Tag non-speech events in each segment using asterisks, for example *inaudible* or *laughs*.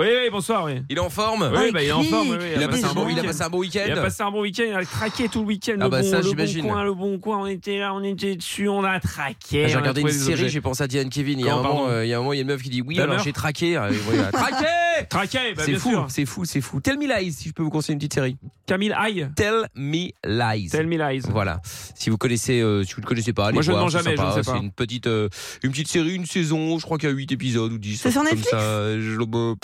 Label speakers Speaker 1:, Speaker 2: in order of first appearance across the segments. Speaker 1: Oui, oui, bonsoir, oui.
Speaker 2: il est en forme
Speaker 1: Oui, bah, il est en forme. oui, oui,
Speaker 2: Ah, il, a
Speaker 1: passé
Speaker 2: passé un bon, il a
Speaker 1: week-end.
Speaker 2: passé un bon week-end
Speaker 1: Il a passé un bon week-end, il a traqué tout le week-end.
Speaker 2: Ah
Speaker 1: le
Speaker 2: bah
Speaker 1: bon,
Speaker 2: ça,
Speaker 1: le bon
Speaker 2: j'imagine.
Speaker 1: coin, le bon coin, on était là, on était dessus, on a traqué.
Speaker 2: Ah, J'ai
Speaker 1: on a
Speaker 2: regardé une
Speaker 1: trouvé des
Speaker 2: série,
Speaker 1: objets.
Speaker 2: j'ai pensé à Dylan Kevin. Il y, a un
Speaker 1: Comment,
Speaker 2: moment,
Speaker 1: pardon
Speaker 2: euh, il y a un moment, il y a une meuf qui dit Oui,
Speaker 1: Dahmer
Speaker 2: alors j'ai traqué. Euh, voilà, traqué
Speaker 1: Traqué, bah,
Speaker 2: C'est
Speaker 1: bien
Speaker 2: fou,
Speaker 1: sûr.
Speaker 2: c'est fou, c'est fou. Tell Me Lies, si je peux vous conseiller une petite série.
Speaker 1: Camille Aïe,
Speaker 2: Tell Me Lies.
Speaker 1: Tell Me Lies.
Speaker 2: Voilà. Si vous connaissez, euh, si vous ne connaissez pas, allez
Speaker 1: Moi, je ne
Speaker 2: voir,
Speaker 1: mens
Speaker 2: c'est
Speaker 1: jamais,
Speaker 2: sympa.
Speaker 1: je ne sais pas.
Speaker 2: C'est une petite, euh, une petite série, une saison. Je crois qu'il y a 8 épisodes ou 10.
Speaker 3: C'est sur Netflix
Speaker 2: comme ça, je, euh,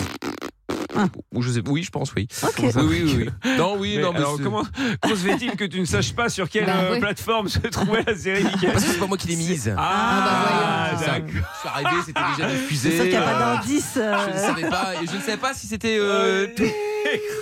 Speaker 3: Ah.
Speaker 2: ou je sais, oui, je pense, oui.
Speaker 3: Ok.
Speaker 2: Oui, oui, oui, oui. Non, oui,
Speaker 1: Mais
Speaker 2: non, mais
Speaker 1: alors,
Speaker 2: c'est-
Speaker 1: comment, comment se fait-il que tu ne saches pas sur quelle
Speaker 4: Bah,
Speaker 1: euh,
Speaker 4: ouais.
Speaker 1: plateforme se trouvait la série Mickaël
Speaker 2: Parce que c'est pas moi qui l'ai mise.
Speaker 1: Ah,
Speaker 4: Ah, bah,
Speaker 2: ça,
Speaker 1: d'accord.
Speaker 2: c'est arrivé, c'était déjà diffusé.
Speaker 3: C'est sûr qu'il n'y a pas
Speaker 2: euh,
Speaker 3: d'indice. euh,
Speaker 2: Je ne savais pas, et je ne savais pas si c'était euh, tout-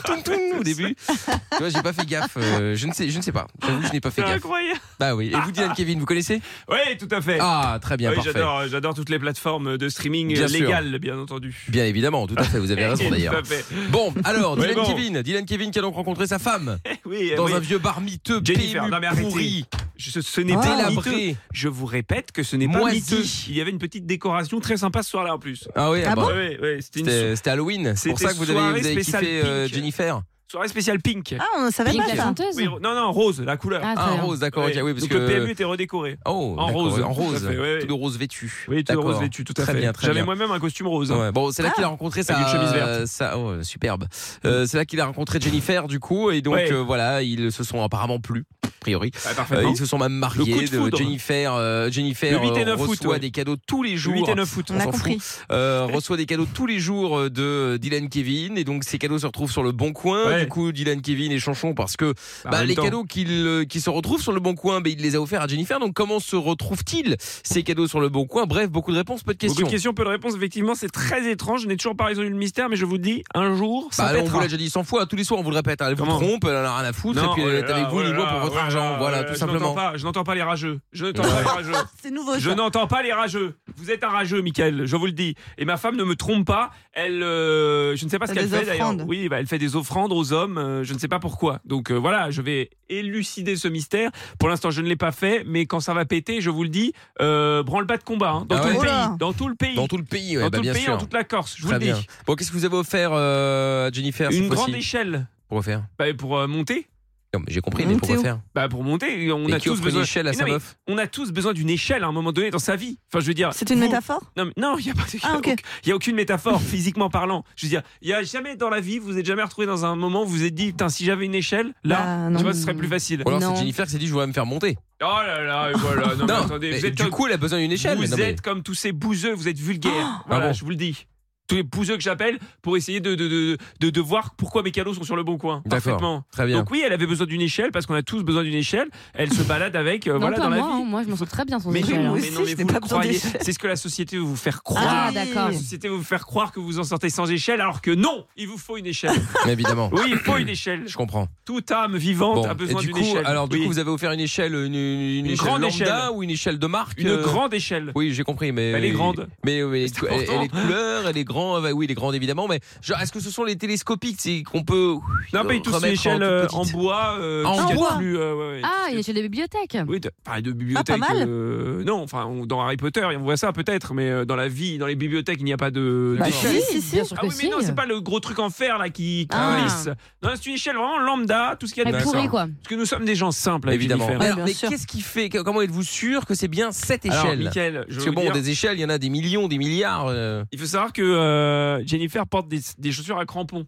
Speaker 2: tout- tout au début. Tu vois, j'ai pas fait gaffe. euh, je ne sais, je ne sais pas. J'avoue, que je n'ai pas fait
Speaker 1: C'est
Speaker 2: gaffe.
Speaker 1: incroyable.
Speaker 2: Bah oui. Et vous, Dylan Kevin, vous connaissez
Speaker 1: Oui, tout à fait.
Speaker 2: Ah, très bien,
Speaker 1: Oui,
Speaker 2: parfait.
Speaker 1: j'adore, j'adore toutes les plateformes de streaming
Speaker 2: Bien sûr.
Speaker 1: légales, bien entendu.
Speaker 2: Bien évidemment, tout à fait. Vous avez raison
Speaker 1: Tout
Speaker 2: d'ailleurs.
Speaker 1: à fait.
Speaker 2: Bon, alors
Speaker 1: Ouais,
Speaker 2: Dylan
Speaker 1: bon. Eh
Speaker 2: Kevin, Dylan Kevin qui a donc rencontré sa femme
Speaker 1: Oui, euh,
Speaker 2: dans
Speaker 1: oui.
Speaker 2: un Ah, vieux bar miteux,
Speaker 1: Jennifer,
Speaker 2: PMU
Speaker 1: non, mais arrêtez.
Speaker 2: pourri,
Speaker 1: Je- ce, ce n'est pas miteux.
Speaker 2: délabré.
Speaker 1: Je vous répète que ce n'est pas
Speaker 2: Moisi.
Speaker 1: miteux. Il y avait une petite décoration très sympa ce soir-là en plus.
Speaker 2: Ah oui, ah
Speaker 3: Ah
Speaker 2: bon.
Speaker 3: bon
Speaker 1: Oui, oui, c'était une
Speaker 2: C'était c'était Halloween. C'est pour
Speaker 1: C'était
Speaker 2: ça que vous avez, vous
Speaker 1: soirée
Speaker 2: avez
Speaker 1: spéciale
Speaker 2: kiffé euh,
Speaker 1: pink.
Speaker 2: Jennifer.
Speaker 1: sou- soirée spéciale pink.
Speaker 3: Ah, on ne savait
Speaker 2: Pink,
Speaker 3: pas
Speaker 4: la
Speaker 2: ça.
Speaker 3: ça.
Speaker 4: chanteuse
Speaker 1: Oui, ro- non, non, rose, la couleur.
Speaker 4: Ah,
Speaker 2: Ah,
Speaker 4: très
Speaker 2: en
Speaker 4: bien.
Speaker 2: rose, d'accord,
Speaker 1: Oui.
Speaker 2: ok, oui, parce
Speaker 1: Donc
Speaker 2: que.
Speaker 1: le PMU était redécoré.
Speaker 2: Oh,
Speaker 1: en
Speaker 2: d'accord,
Speaker 1: rose.
Speaker 2: En rose.
Speaker 1: Tout à fait, ouais, ouais.
Speaker 2: Tout de rose vêtu.
Speaker 1: Oui, tout
Speaker 2: D'accord.
Speaker 1: rose vêtu, tout à
Speaker 2: Très
Speaker 1: fait.
Speaker 2: bien, très
Speaker 1: J'avais
Speaker 2: bien.
Speaker 1: moi-même un costume rose. hein.
Speaker 2: Ouais, bon, c'est là qu'il a rencontré sa
Speaker 1: Avec une chemise verte. Mm.
Speaker 2: sa- oh, superbe. Euh, c'est là qu'il a rencontré Jennifer du coup et donc
Speaker 1: Ouais.
Speaker 2: euh, voilà, ils se sont apparemment plus a priori.
Speaker 1: Ah,
Speaker 2: Euh,
Speaker 1: parfaitement.
Speaker 2: ils se sont même
Speaker 1: Le coup
Speaker 2: mariés.
Speaker 1: de
Speaker 2: de
Speaker 1: foudre.
Speaker 2: Jennifer, euh, Jennifer
Speaker 1: Le 8 et
Speaker 2: euh,
Speaker 1: 9 août,
Speaker 2: reçoit
Speaker 1: ouais.
Speaker 2: des cadeaux tous les jours.
Speaker 1: 8 et 9 août.
Speaker 2: On
Speaker 3: On a
Speaker 2: s'en fout.
Speaker 3: compris.
Speaker 2: Euh, reçoit des cadeaux tous les jours euh, de Dylan Kevin et donc ces cadeaux se retrouvent sur le bon coin.
Speaker 1: Ouais.
Speaker 2: Du coup, Dylan Kevin et Chanchon parce que
Speaker 1: Bah, en
Speaker 2: bah,
Speaker 1: même
Speaker 2: les
Speaker 1: temps.
Speaker 2: cadeaux qu'il, euh, qui se retrouvent sur le bon coin, ben, il les a offerts à Jennifer. Donc comment se retrouvent-ils ces cadeaux sur le bon coin Bref, beaucoup de réponses, peu de
Speaker 1: Beaucoup
Speaker 2: questions.
Speaker 1: de questions, peu de réponses. Effectivement, c'est très étrange. Je n'ai toujours pas résolu le mystère, mais je vous dis, un jour, ça
Speaker 2: Bah, on vous
Speaker 1: pètera.
Speaker 2: l'a déjà dit 100 fois, tous les soirs on vous le répète, hein, elle vous
Speaker 1: Comment
Speaker 2: trompe, elle en a rien à foutre,
Speaker 1: Non,
Speaker 2: et puis euh,
Speaker 1: oh
Speaker 2: elle
Speaker 1: là
Speaker 2: est avec
Speaker 1: là,
Speaker 2: vous
Speaker 1: oh là
Speaker 2: ni moi
Speaker 1: là,
Speaker 2: pour votre
Speaker 1: oh là
Speaker 2: argent,
Speaker 1: là,
Speaker 2: voilà,
Speaker 1: oh là
Speaker 2: tout
Speaker 1: là, je n'entends
Speaker 2: simplement.
Speaker 1: pas- Je n'entends pas les rageux. Je n'entends pas les rageux.
Speaker 3: C'est
Speaker 1: *laughs*
Speaker 3: nouveau.
Speaker 1: Je
Speaker 3: ça.
Speaker 1: n'entends pas les rageux. Vous êtes un rageux, Michael, je vous le dis. Et ma femme ne me trompe pas. Elle, euh, je ne sais pas ce
Speaker 3: Des
Speaker 1: qu'elle fait d'ailleurs.
Speaker 3: offrandes.
Speaker 1: Oui, bah, elle fait des offrandes aux hommes. euh, je ne sais pas pourquoi. Donc euh, voilà, je vais élucider ce mystère. Pour l'instant, je ne l'ai pas fait, mais quand ça va péter, je vous le dis, euh, branle-bas de combat hein, dans,
Speaker 2: Ah
Speaker 1: tout
Speaker 2: ouais.
Speaker 1: le
Speaker 3: Oula.
Speaker 1: pays, dans tout le pays,
Speaker 2: Dans tout le pays, ouais,
Speaker 1: Dans tout
Speaker 2: bah,
Speaker 1: le
Speaker 2: bien
Speaker 1: pays,
Speaker 2: sûr.
Speaker 1: dans toute la Corse. Je vous
Speaker 2: Très
Speaker 1: le dis.
Speaker 2: bien. Bon, qu'est-ce que vous avez offert, euh, à Jennifer, cette
Speaker 1: Une grande
Speaker 2: fois-ci
Speaker 1: échelle
Speaker 2: Pour faire
Speaker 1: bah, pour euh, monter.
Speaker 2: Non, mais j'ai compris, mais pour
Speaker 3: Monter où
Speaker 2: faire
Speaker 1: Bah, pour monter, on
Speaker 2: Et
Speaker 1: a
Speaker 2: qui
Speaker 1: tous
Speaker 2: offre une
Speaker 1: besoin.
Speaker 2: échelle à
Speaker 1: Mais
Speaker 2: sa
Speaker 1: non, mais
Speaker 2: meuf
Speaker 1: On a tous besoin d'une échelle à un moment donné dans sa vie. Enfin, je veux dire.
Speaker 3: C'est une
Speaker 1: vous-
Speaker 3: métaphore
Speaker 1: Non, mais- non, il n'y a pas de- il y a
Speaker 3: Ah, ok.
Speaker 1: aucun- il y a aucune métaphore physiquement parlant. Je veux dire, il n'y a jamais dans la vie, vous vous êtes jamais retrouvé dans un moment où vous vous êtes dit, putain, si j'avais une échelle, là,
Speaker 3: Bah,
Speaker 1: tu
Speaker 3: non.
Speaker 1: vois, ce serait plus facile.
Speaker 2: Ou alors
Speaker 3: Non.
Speaker 2: c'est Jennifer qui s'est dit je voudrais me faire monter.
Speaker 1: Oh là là, et voilà,
Speaker 2: *laughs*
Speaker 1: non, mais attendez,
Speaker 2: mais
Speaker 1: vous êtes,
Speaker 2: du
Speaker 1: comme,
Speaker 2: coup elle a besoin d'une échelle.
Speaker 1: vous
Speaker 2: mais non, mais-
Speaker 1: êtes comme tous ces bouseux, vous êtes vulgaires. voilà,
Speaker 2: Ah bon
Speaker 1: je vous le dis. Tous les bouseux que j'appelle pour essayer de, de, de, de, de voir pourquoi mes cadeaux sont sur le bon coin.
Speaker 2: D'accord.
Speaker 1: Parfaitement.
Speaker 2: Très bien.
Speaker 1: Donc oui, elle avait besoin d'une échelle parce qu'on a tous besoin d'une échelle. Elle se balade avec, euh,
Speaker 4: Non,
Speaker 1: voilà,
Speaker 4: pas
Speaker 1: dans la
Speaker 4: moi,
Speaker 1: vie.
Speaker 4: hein. moi je m'en sors très bien sans
Speaker 1: Mais,
Speaker 4: échelle.
Speaker 1: non,
Speaker 4: hein.
Speaker 3: oui.
Speaker 1: mais
Speaker 3: aussi,
Speaker 1: non, mais
Speaker 3: je n'ai
Speaker 1: vous
Speaker 3: pas
Speaker 1: le
Speaker 3: besoin
Speaker 1: croyez.
Speaker 3: d'échelle.
Speaker 1: C'est ce que la société veut vous faire croire.
Speaker 4: Ah,
Speaker 3: oui.
Speaker 4: d'accord.
Speaker 1: La société veut vous faire croire que vous en sortez sans échelle, alors que non, il vous faut une
Speaker 2: *laughs*
Speaker 1: échelle.
Speaker 2: Mais évidemment.
Speaker 1: Oui, il faut une échelle.
Speaker 2: Je comprends.
Speaker 1: Toute âme vivante a
Speaker 2: Bon, et
Speaker 1: besoin
Speaker 2: du
Speaker 1: d'une
Speaker 2: coup,
Speaker 1: échelle.
Speaker 2: alors du
Speaker 1: Oui.
Speaker 2: coup, vous avez offert une échelle, une, une- une échelle
Speaker 1: grande
Speaker 2: lambda
Speaker 1: échelle.
Speaker 2: ou une échelle de marque
Speaker 1: une
Speaker 2: euh,
Speaker 1: grande échelle.
Speaker 2: Oui, j'ai compris, mais
Speaker 1: Elle est grande.
Speaker 2: Mais, mais-
Speaker 1: C'est
Speaker 2: elle,
Speaker 1: important.
Speaker 2: elle est de couleur, elle est grande. bah oui, elle est grande évidemment. Mais genre, est-ce que ce sont les télescopiques, c'est qu'on peut
Speaker 1: Non, mais tous une
Speaker 2: remettre
Speaker 1: échelle
Speaker 2: en
Speaker 1: euh,
Speaker 2: toute
Speaker 1: en,
Speaker 2: petite.
Speaker 1: bois. euh,
Speaker 2: En
Speaker 1: tout ce qu'il y a de
Speaker 2: bois.
Speaker 1: plus, euh, ouais, ouais,
Speaker 4: Ah,
Speaker 1: tout ce
Speaker 4: il est chez les bibliothèques.
Speaker 1: qui- Oui, de, enfin,
Speaker 4: Ah,
Speaker 1: de bibliothèque.
Speaker 3: mal.
Speaker 1: euh, non, enfin, on- dans Harry Potter, on voit ça peut-être, mais euh, dans la vie, dans les bibliothèques, il n'y a pas de.
Speaker 4: Bah,
Speaker 1: de-
Speaker 3: si, si, si.
Speaker 4: bien sûr
Speaker 1: Ah
Speaker 4: que
Speaker 1: oui, mais
Speaker 4: si.
Speaker 1: non, c'est pas le gros truc en fer là qui qui
Speaker 4: Ah.
Speaker 1: coulisse. Non, c'est une échelle vraiment lambda, tout ce qu'il y a de
Speaker 4: Elle
Speaker 1: plus.
Speaker 4: pourrit quoi.
Speaker 1: Parce que nous sommes des gens simples, avec
Speaker 2: Évidemment.
Speaker 1: Jennifer.
Speaker 3: Ouais,
Speaker 2: Alors,
Speaker 3: bien
Speaker 2: mais
Speaker 3: sûr.
Speaker 2: qu'est-ce qui fait que- Comment êtes-vous sûr que c'est bien cette échelle
Speaker 1: Alors, Mickaël, je
Speaker 2: Parce
Speaker 1: veux
Speaker 2: que bon,
Speaker 1: dire-
Speaker 2: des échelles, il y en a des millions, des milliards. euh,
Speaker 1: Il faut savoir que euh, Jennifer porte des, des chaussures à crampons.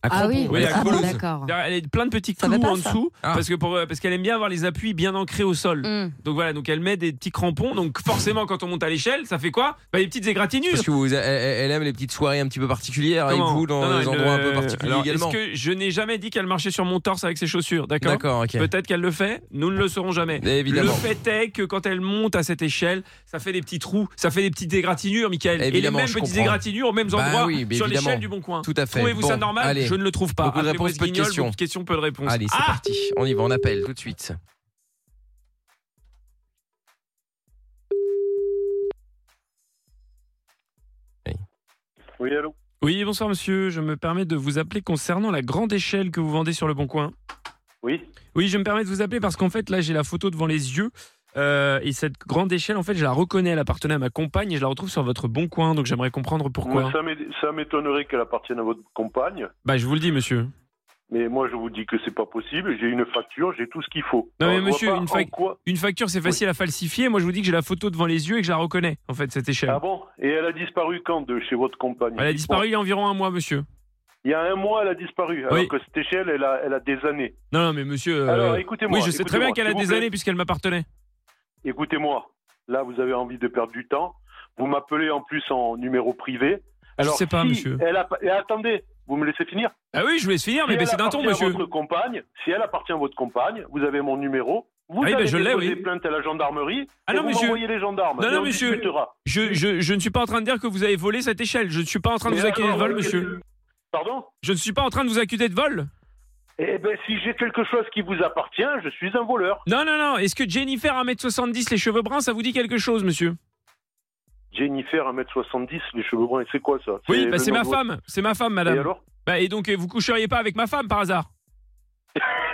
Speaker 2: à
Speaker 4: Ah
Speaker 2: crampons.
Speaker 4: oui,
Speaker 1: Oui, la
Speaker 4: ah,
Speaker 1: coulouse.
Speaker 4: d'accord.
Speaker 1: Elle a plein de petits
Speaker 3: Ça
Speaker 1: clous
Speaker 3: va pas,
Speaker 1: en
Speaker 3: ça.
Speaker 1: dessous
Speaker 2: Ah.
Speaker 1: parce que pour- euh, parce qu'elle aime bien avoir les appuis bien ancrés au sol.
Speaker 3: Mm.
Speaker 4: Hum.
Speaker 1: Donc voilà, donc elle met des petits crampons. Donc forcément, quand on monte à l'échelle, ça fait quoi Bah, Des petites égratignures.
Speaker 2: Parce que vous, elle, elle aime les petites soirées un petit peu particulières avec
Speaker 1: Comment
Speaker 2: vous dans
Speaker 1: Non, non,
Speaker 2: des
Speaker 1: elle,
Speaker 2: endroits un
Speaker 1: euh,
Speaker 2: peu particuliers
Speaker 1: alors,
Speaker 2: également.
Speaker 1: Est-ce que je n'ai jamais dit qu'elle marchait sur mon torse avec ses chaussures D'accord.
Speaker 2: D'accord, ok.
Speaker 1: Peut-être qu'elle le fait, nous ne le saurons jamais.
Speaker 2: Évidemment.
Speaker 1: Le fait est que quand elle monte à cette échelle, ça fait des petits trous, ça fait des petites égratignures, Michael. Et les
Speaker 2: Évidemment,
Speaker 1: mêmes
Speaker 2: je
Speaker 1: petites
Speaker 2: comprends.
Speaker 1: égratignures aux mêmes
Speaker 2: Bah
Speaker 1: endroits
Speaker 2: oui, mais
Speaker 1: sur
Speaker 2: évidemment.
Speaker 1: l'échelle du bon coin.
Speaker 2: Tout à fait.
Speaker 1: Trouvez-vous ça
Speaker 2: Bon,
Speaker 1: normal
Speaker 2: Allez,
Speaker 1: Je ne le trouve pas.
Speaker 2: Beaucoup de
Speaker 1: Appelez-moi
Speaker 2: réponses, peu de
Speaker 1: Guignol,
Speaker 2: questions.
Speaker 1: beaucoup de questions, peu de réponses.
Speaker 2: Allez, c'est
Speaker 1: Ah
Speaker 2: parti. On y va, on appelle tout de suite.
Speaker 3: Oui, allô
Speaker 1: Oui, bonsoir monsieur. Je me permets de vous appeler concernant la grande échelle que vous vendez sur le Bon Coin.
Speaker 3: Oui
Speaker 1: Oui, je me permets de vous appeler parce qu'en fait, là, j'ai la photo devant les yeux. Euh, et cette grande échelle, en fait, je la reconnais. Elle appartenait à ma compagne et je la retrouve sur votre Bon Coin. Donc j'aimerais comprendre pourquoi.
Speaker 3: Moi, ça m'é- Ça m'étonnerait qu'elle appartienne à votre compagne,
Speaker 1: Bah, je vous le dis, monsieur.
Speaker 3: mais moi je vous dis que c'est pas possible. J'ai une facture, j'ai tout ce qu'il faut.
Speaker 1: Non, mais
Speaker 3: Alors, je vois
Speaker 1: monsieur,
Speaker 3: pas
Speaker 1: une
Speaker 3: en
Speaker 1: fac-
Speaker 3: quoi-
Speaker 1: Une facture, c'est facile à falsifier. Moi, je vous dis que j'ai la photo devant les yeux et que je la reconnais, en fait, cette échelle.
Speaker 3: Ah bon Et elle a disparu quand de chez votre compagne
Speaker 1: Elle a
Speaker 3: Dites-moi.
Speaker 1: disparu il y a environ un mois, monsieur.
Speaker 3: Il y a un mois, elle a disparu. Alors
Speaker 1: Oui.
Speaker 3: que cette échelle, elle a, elle a des années.
Speaker 1: Non, non, mais monsieur. euh,
Speaker 3: Alors écoutez-moi.
Speaker 1: oui, je sais très bien
Speaker 3: écoutez-moi,
Speaker 1: qu'elle a
Speaker 3: s'il vous
Speaker 1: des
Speaker 3: plaît.
Speaker 1: années puisqu'elle m'appartenait.
Speaker 3: Écoutez-moi. Là, vous avez envie de perdre du temps. Vous m'appelez en plus en numéro privé. Alors,
Speaker 1: sais pas,
Speaker 3: si
Speaker 1: monsieur.
Speaker 3: Elle a... et attendez, vous me laissez finir
Speaker 1: Ah oui, je vous laisse finir, mais
Speaker 3: Si
Speaker 1: baissez
Speaker 3: elle
Speaker 1: d'un ton,
Speaker 3: appartient à
Speaker 1: monsieur.
Speaker 3: Votre compagne, si elle appartient à votre compagne, vous avez mon numéro. Vous
Speaker 1: Ah oui,
Speaker 3: allez
Speaker 1: ben je l'ai,
Speaker 3: déposer
Speaker 1: oui.
Speaker 3: plainte à la gendarmerie.
Speaker 1: Ah
Speaker 3: et
Speaker 1: non,
Speaker 3: vous
Speaker 1: monsieur.
Speaker 3: m'envoyez les gendarmes.
Speaker 1: Non,
Speaker 3: et
Speaker 1: non,
Speaker 3: on
Speaker 1: monsieur.
Speaker 3: discutera.
Speaker 1: Je, je- je ne suis pas en train de dire que vous avez volé cette échelle. Je ne suis pas en train de vous
Speaker 3: Mais
Speaker 1: accuser de
Speaker 3: alors,
Speaker 1: vol,
Speaker 3: euh,
Speaker 1: monsieur.
Speaker 3: Pardon
Speaker 1: Je ne suis pas en train de vous accuser de vol.
Speaker 3: Eh ben, si j'ai quelque chose qui vous appartient, je suis un voleur.
Speaker 1: Non, non, non. Est-ce que Jennifer, 1m70, les cheveux bruns, ça vous dit quelque chose, monsieur
Speaker 3: Jennifer, 1m70, les cheveux bruns, c'est quoi ça
Speaker 1: Oui, bah,
Speaker 3: le
Speaker 1: c'est
Speaker 3: nom
Speaker 1: ma
Speaker 3: de votre-
Speaker 1: femme. C'est ma femme,
Speaker 3: Et
Speaker 1: madame.
Speaker 3: alors
Speaker 1: Bah, et donc, euh, vous coucheriez pas avec ma femme par hasard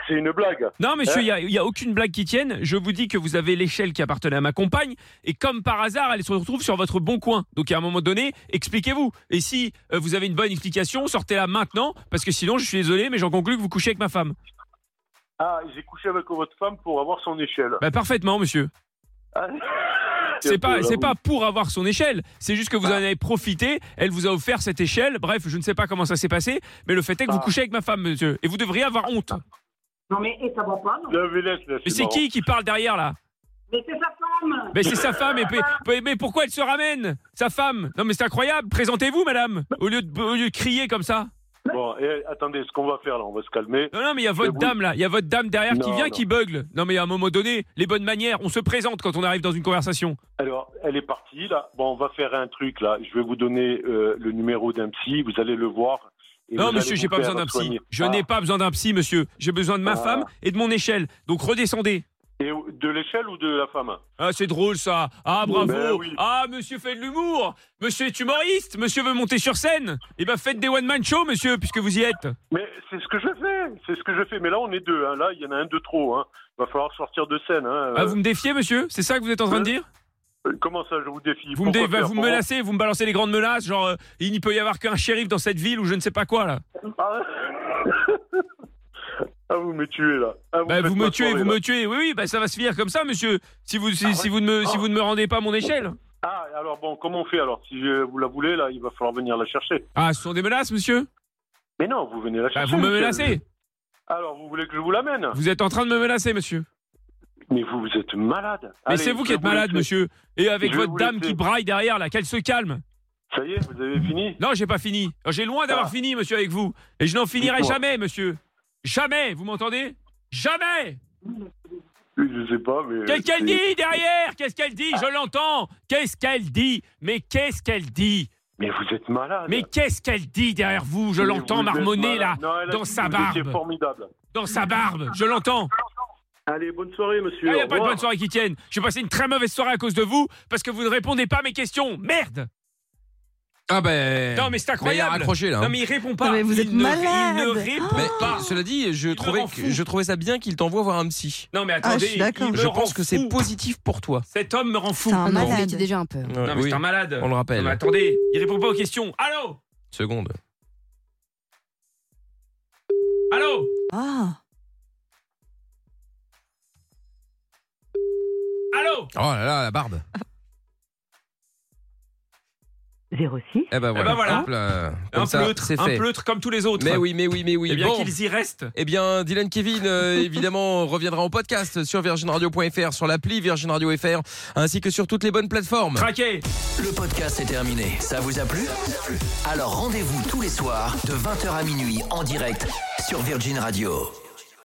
Speaker 3: C'est une blague.
Speaker 1: Non, monsieur,
Speaker 3: Hein
Speaker 1: il n'y a, aucune blague qui tienne. Je vous dis que vous avez l'échelle qui appartenait à ma compagne, et comme par hasard, elle se retrouve sur votre bon coin. Donc, à un moment donné, expliquez-vous. Et si euh, vous avez une bonne explication, sortez-la maintenant, parce que sinon, je suis désolé, mais j'en conclus que vous couchez avec ma femme.
Speaker 3: Ah, j'ai couché avec votre femme pour avoir son échelle.
Speaker 1: Bah, parfaitement, monsieur.
Speaker 3: Ah,
Speaker 1: C'est pas,
Speaker 3: là,
Speaker 1: c'est
Speaker 3: vous-
Speaker 1: pas pour avoir son échelle, c'est juste que vous en avez profité, elle vous a offert cette échelle. Bref, je ne sais pas comment ça s'est passé, mais le fait est que vous
Speaker 3: Ah.
Speaker 1: couchez avec ma femme, monsieur, et vous devriez avoir honte.
Speaker 5: Non mais et ça va pas non
Speaker 3: La Vélette, là,
Speaker 1: Mais c'est
Speaker 3: marrant.
Speaker 1: qui qui parle derrière là
Speaker 5: Mais c'est sa femme
Speaker 1: Mais c'est sa femme, et, mais- mais pourquoi elle se ramène Sa femme Non mais c'est incroyable, présentez-vous madame, au lieu, de, au lieu de crier comme ça.
Speaker 3: Bon, et, attendez, ce qu'on va faire là, on va se calmer.
Speaker 1: Non, non, mais il y a votre
Speaker 3: vous-
Speaker 1: dame là, il y a votre dame derrière qui
Speaker 3: Non,
Speaker 1: vient,
Speaker 3: non.
Speaker 1: qui bugle. Non mais à un moment donné, les bonnes manières, on se présente quand on arrive dans une conversation.
Speaker 3: Alors, elle est partie là. Bon, on va faire un truc là. Je vais vous donner euh, le numéro d'un psy. Vous allez le voir. et vous
Speaker 1: non
Speaker 3: allez
Speaker 1: monsieur,
Speaker 3: vous
Speaker 1: j'ai pas
Speaker 3: faire
Speaker 1: besoin d'un psy.
Speaker 3: soigner.
Speaker 1: Je
Speaker 3: Ah,
Speaker 1: n'ai pas besoin d'un psy monsieur, j'ai besoin de ma
Speaker 3: Ah.
Speaker 1: femme et de mon échelle. Donc redescendez.
Speaker 3: Et de l'échelle ou de la femme
Speaker 1: Ah, c'est drôle ça. Ah, bravo.
Speaker 3: Ben oui.
Speaker 1: Ah, monsieur fait de l'humour. Monsieur est humoriste. Monsieur veut monter sur scène. Eh ben, faites des one-man shows, monsieur, puisque vous y êtes.
Speaker 3: Mais c'est ce que je fais. C'est ce que je fais. Mais là, on est deux. hein. Là, il y en a un de trop. Hein. Va falloir sortir de scène. hein.
Speaker 1: Ah, vous me défiez, monsieur C'est ça que vous êtes en train de dire
Speaker 3: Euh, Comment ça, je vous défie
Speaker 1: Vous me, dé-
Speaker 3: Pourquoi
Speaker 1: bah,
Speaker 3: faire
Speaker 1: vous me
Speaker 3: Pourquoi
Speaker 1: menacez, vous me balancez les grandes menaces, genre euh, il n'y peut y avoir qu'un shérif dans cette ville ou je ne sais pas quoi là.
Speaker 3: Ah, *laughs* Ah, vous me tuez là. Ah, vous
Speaker 1: Bah,
Speaker 3: faites
Speaker 1: vous me
Speaker 3: ma
Speaker 1: tuez,
Speaker 3: soirée,
Speaker 1: vous
Speaker 3: là.
Speaker 1: me tuez. Oui, oui, bah, ça va se finir comme ça, monsieur. Si vous, si,
Speaker 3: Ah
Speaker 1: si
Speaker 3: ouais
Speaker 1: vous ne me, si
Speaker 3: Ah.
Speaker 1: vous ne me rendez pas mon échelle.
Speaker 3: Ah, alors bon, comment on fait alors Si euh, vous la voulez là, il va falloir venir la chercher.
Speaker 1: Ah, ce sont des menaces, monsieur
Speaker 3: Mais non, vous venez la
Speaker 1: Bah,
Speaker 3: chercher.
Speaker 1: Vous me
Speaker 3: monsieur.
Speaker 1: menacez.
Speaker 3: Alors, vous voulez que je vous l'amène
Speaker 1: Vous êtes en train de me menacer, monsieur.
Speaker 3: Mais vous, vous êtes malade.
Speaker 1: Mais
Speaker 3: Allez,
Speaker 1: c'est vous
Speaker 3: je
Speaker 1: qui
Speaker 3: vais
Speaker 1: êtes malade,
Speaker 3: laisser.
Speaker 1: monsieur. Et avec
Speaker 3: Je vais
Speaker 1: votre
Speaker 3: vous
Speaker 1: dame
Speaker 3: laisser.
Speaker 1: qui braille derrière là, qu'elle se calme.
Speaker 3: Ça y est, vous avez fini
Speaker 1: Non, j'ai pas fini. J'ai loin d'avoir
Speaker 3: Ah.
Speaker 1: fini, monsieur, avec vous. Et je n'en finirai
Speaker 3: Dites-moi.
Speaker 1: jamais, monsieur. Jamais, vous m'entendez Jamais
Speaker 3: Je sais pas, mais.
Speaker 1: Qu'est-ce qu'elle
Speaker 3: c'est-
Speaker 1: dit derrière Qu'est-ce qu'elle dit
Speaker 2: Ah.
Speaker 1: Je l'entends. Qu'est-ce qu'elle dit Mais qu'est-ce qu'elle dit
Speaker 3: Mais vous êtes malade.
Speaker 1: Mais qu'est-ce qu'elle dit derrière vous Je
Speaker 3: Mais
Speaker 1: l'entends
Speaker 3: vous êtes
Speaker 1: marmonner là,
Speaker 3: malade. Non, elle a
Speaker 1: dans
Speaker 3: dit que
Speaker 1: sa
Speaker 3: vous étiez
Speaker 1: barbe.
Speaker 3: formidable.
Speaker 1: dans sa barbe. Je l'entends. Ah,
Speaker 3: Allez, bonne soirée, monsieur.
Speaker 1: Il n'y a
Speaker 3: Au
Speaker 1: pas de
Speaker 3: revoir.
Speaker 1: bonne soirée qui tienne. J'ai passé une très mauvaise soirée à cause de vous parce que vous ne répondez pas à mes questions. Merde
Speaker 2: Ah ben.
Speaker 1: Non, mais c'est
Speaker 2: mais il a
Speaker 1: incroyable
Speaker 2: raccroché là. hein.
Speaker 1: Non, mais il répond pas.
Speaker 6: Non, mais vous
Speaker 1: Il
Speaker 6: êtes
Speaker 1: ne-
Speaker 6: malade.
Speaker 1: Il ne répond
Speaker 2: Mais
Speaker 1: pas.
Speaker 2: cela dit, je
Speaker 1: Il me
Speaker 2: trouvais,
Speaker 1: rend
Speaker 2: que-
Speaker 1: fou.
Speaker 2: je trouvais ça bien qu'il t'envoie voir un psy.
Speaker 1: Non, mais
Speaker 6: Ah, je
Speaker 1: attendez,
Speaker 6: suis d'accord.
Speaker 1: il me
Speaker 2: Je
Speaker 1: rend
Speaker 2: pense que c'est
Speaker 1: fou.
Speaker 2: positif pour toi.
Speaker 1: Cet homme me rend fou.
Speaker 6: C'est un
Speaker 4: On a
Speaker 6: malade.
Speaker 4: fait déjà un peu.
Speaker 1: Non, mais
Speaker 2: Oui,
Speaker 1: c'est un malade.
Speaker 2: on le
Speaker 1: Non,
Speaker 2: rappelle.
Speaker 1: mais attendez, il répond pas aux questions. Allô
Speaker 2: Seconde.
Speaker 1: Allô
Speaker 6: Ah,
Speaker 1: Allô
Speaker 2: Oh là là, la barbe.
Speaker 5: 06
Speaker 2: Eh ben voilà.
Speaker 1: ben voilà.
Speaker 2: Hop là. Comme
Speaker 1: Un
Speaker 2: ça,
Speaker 1: pleutre,
Speaker 2: c'est
Speaker 1: un
Speaker 2: fait.
Speaker 1: pleutre comme tous les autres.
Speaker 2: Mais oui, mais oui, mais oui.
Speaker 1: Eh bien
Speaker 2: Bon.
Speaker 1: qu'ils y restent.
Speaker 2: Eh bien, Dylan Kevin, euh, évidemment, reviendra en podcast sur virginradio.fr, sur l'appli Virgin Radio FR, ainsi que sur toutes les bonnes plateformes.
Speaker 1: Traqué
Speaker 7: Le podcast est terminé. Ça vous a plu Alors rendez-vous tous les soirs de 20h à minuit en direct sur Virgin Radio.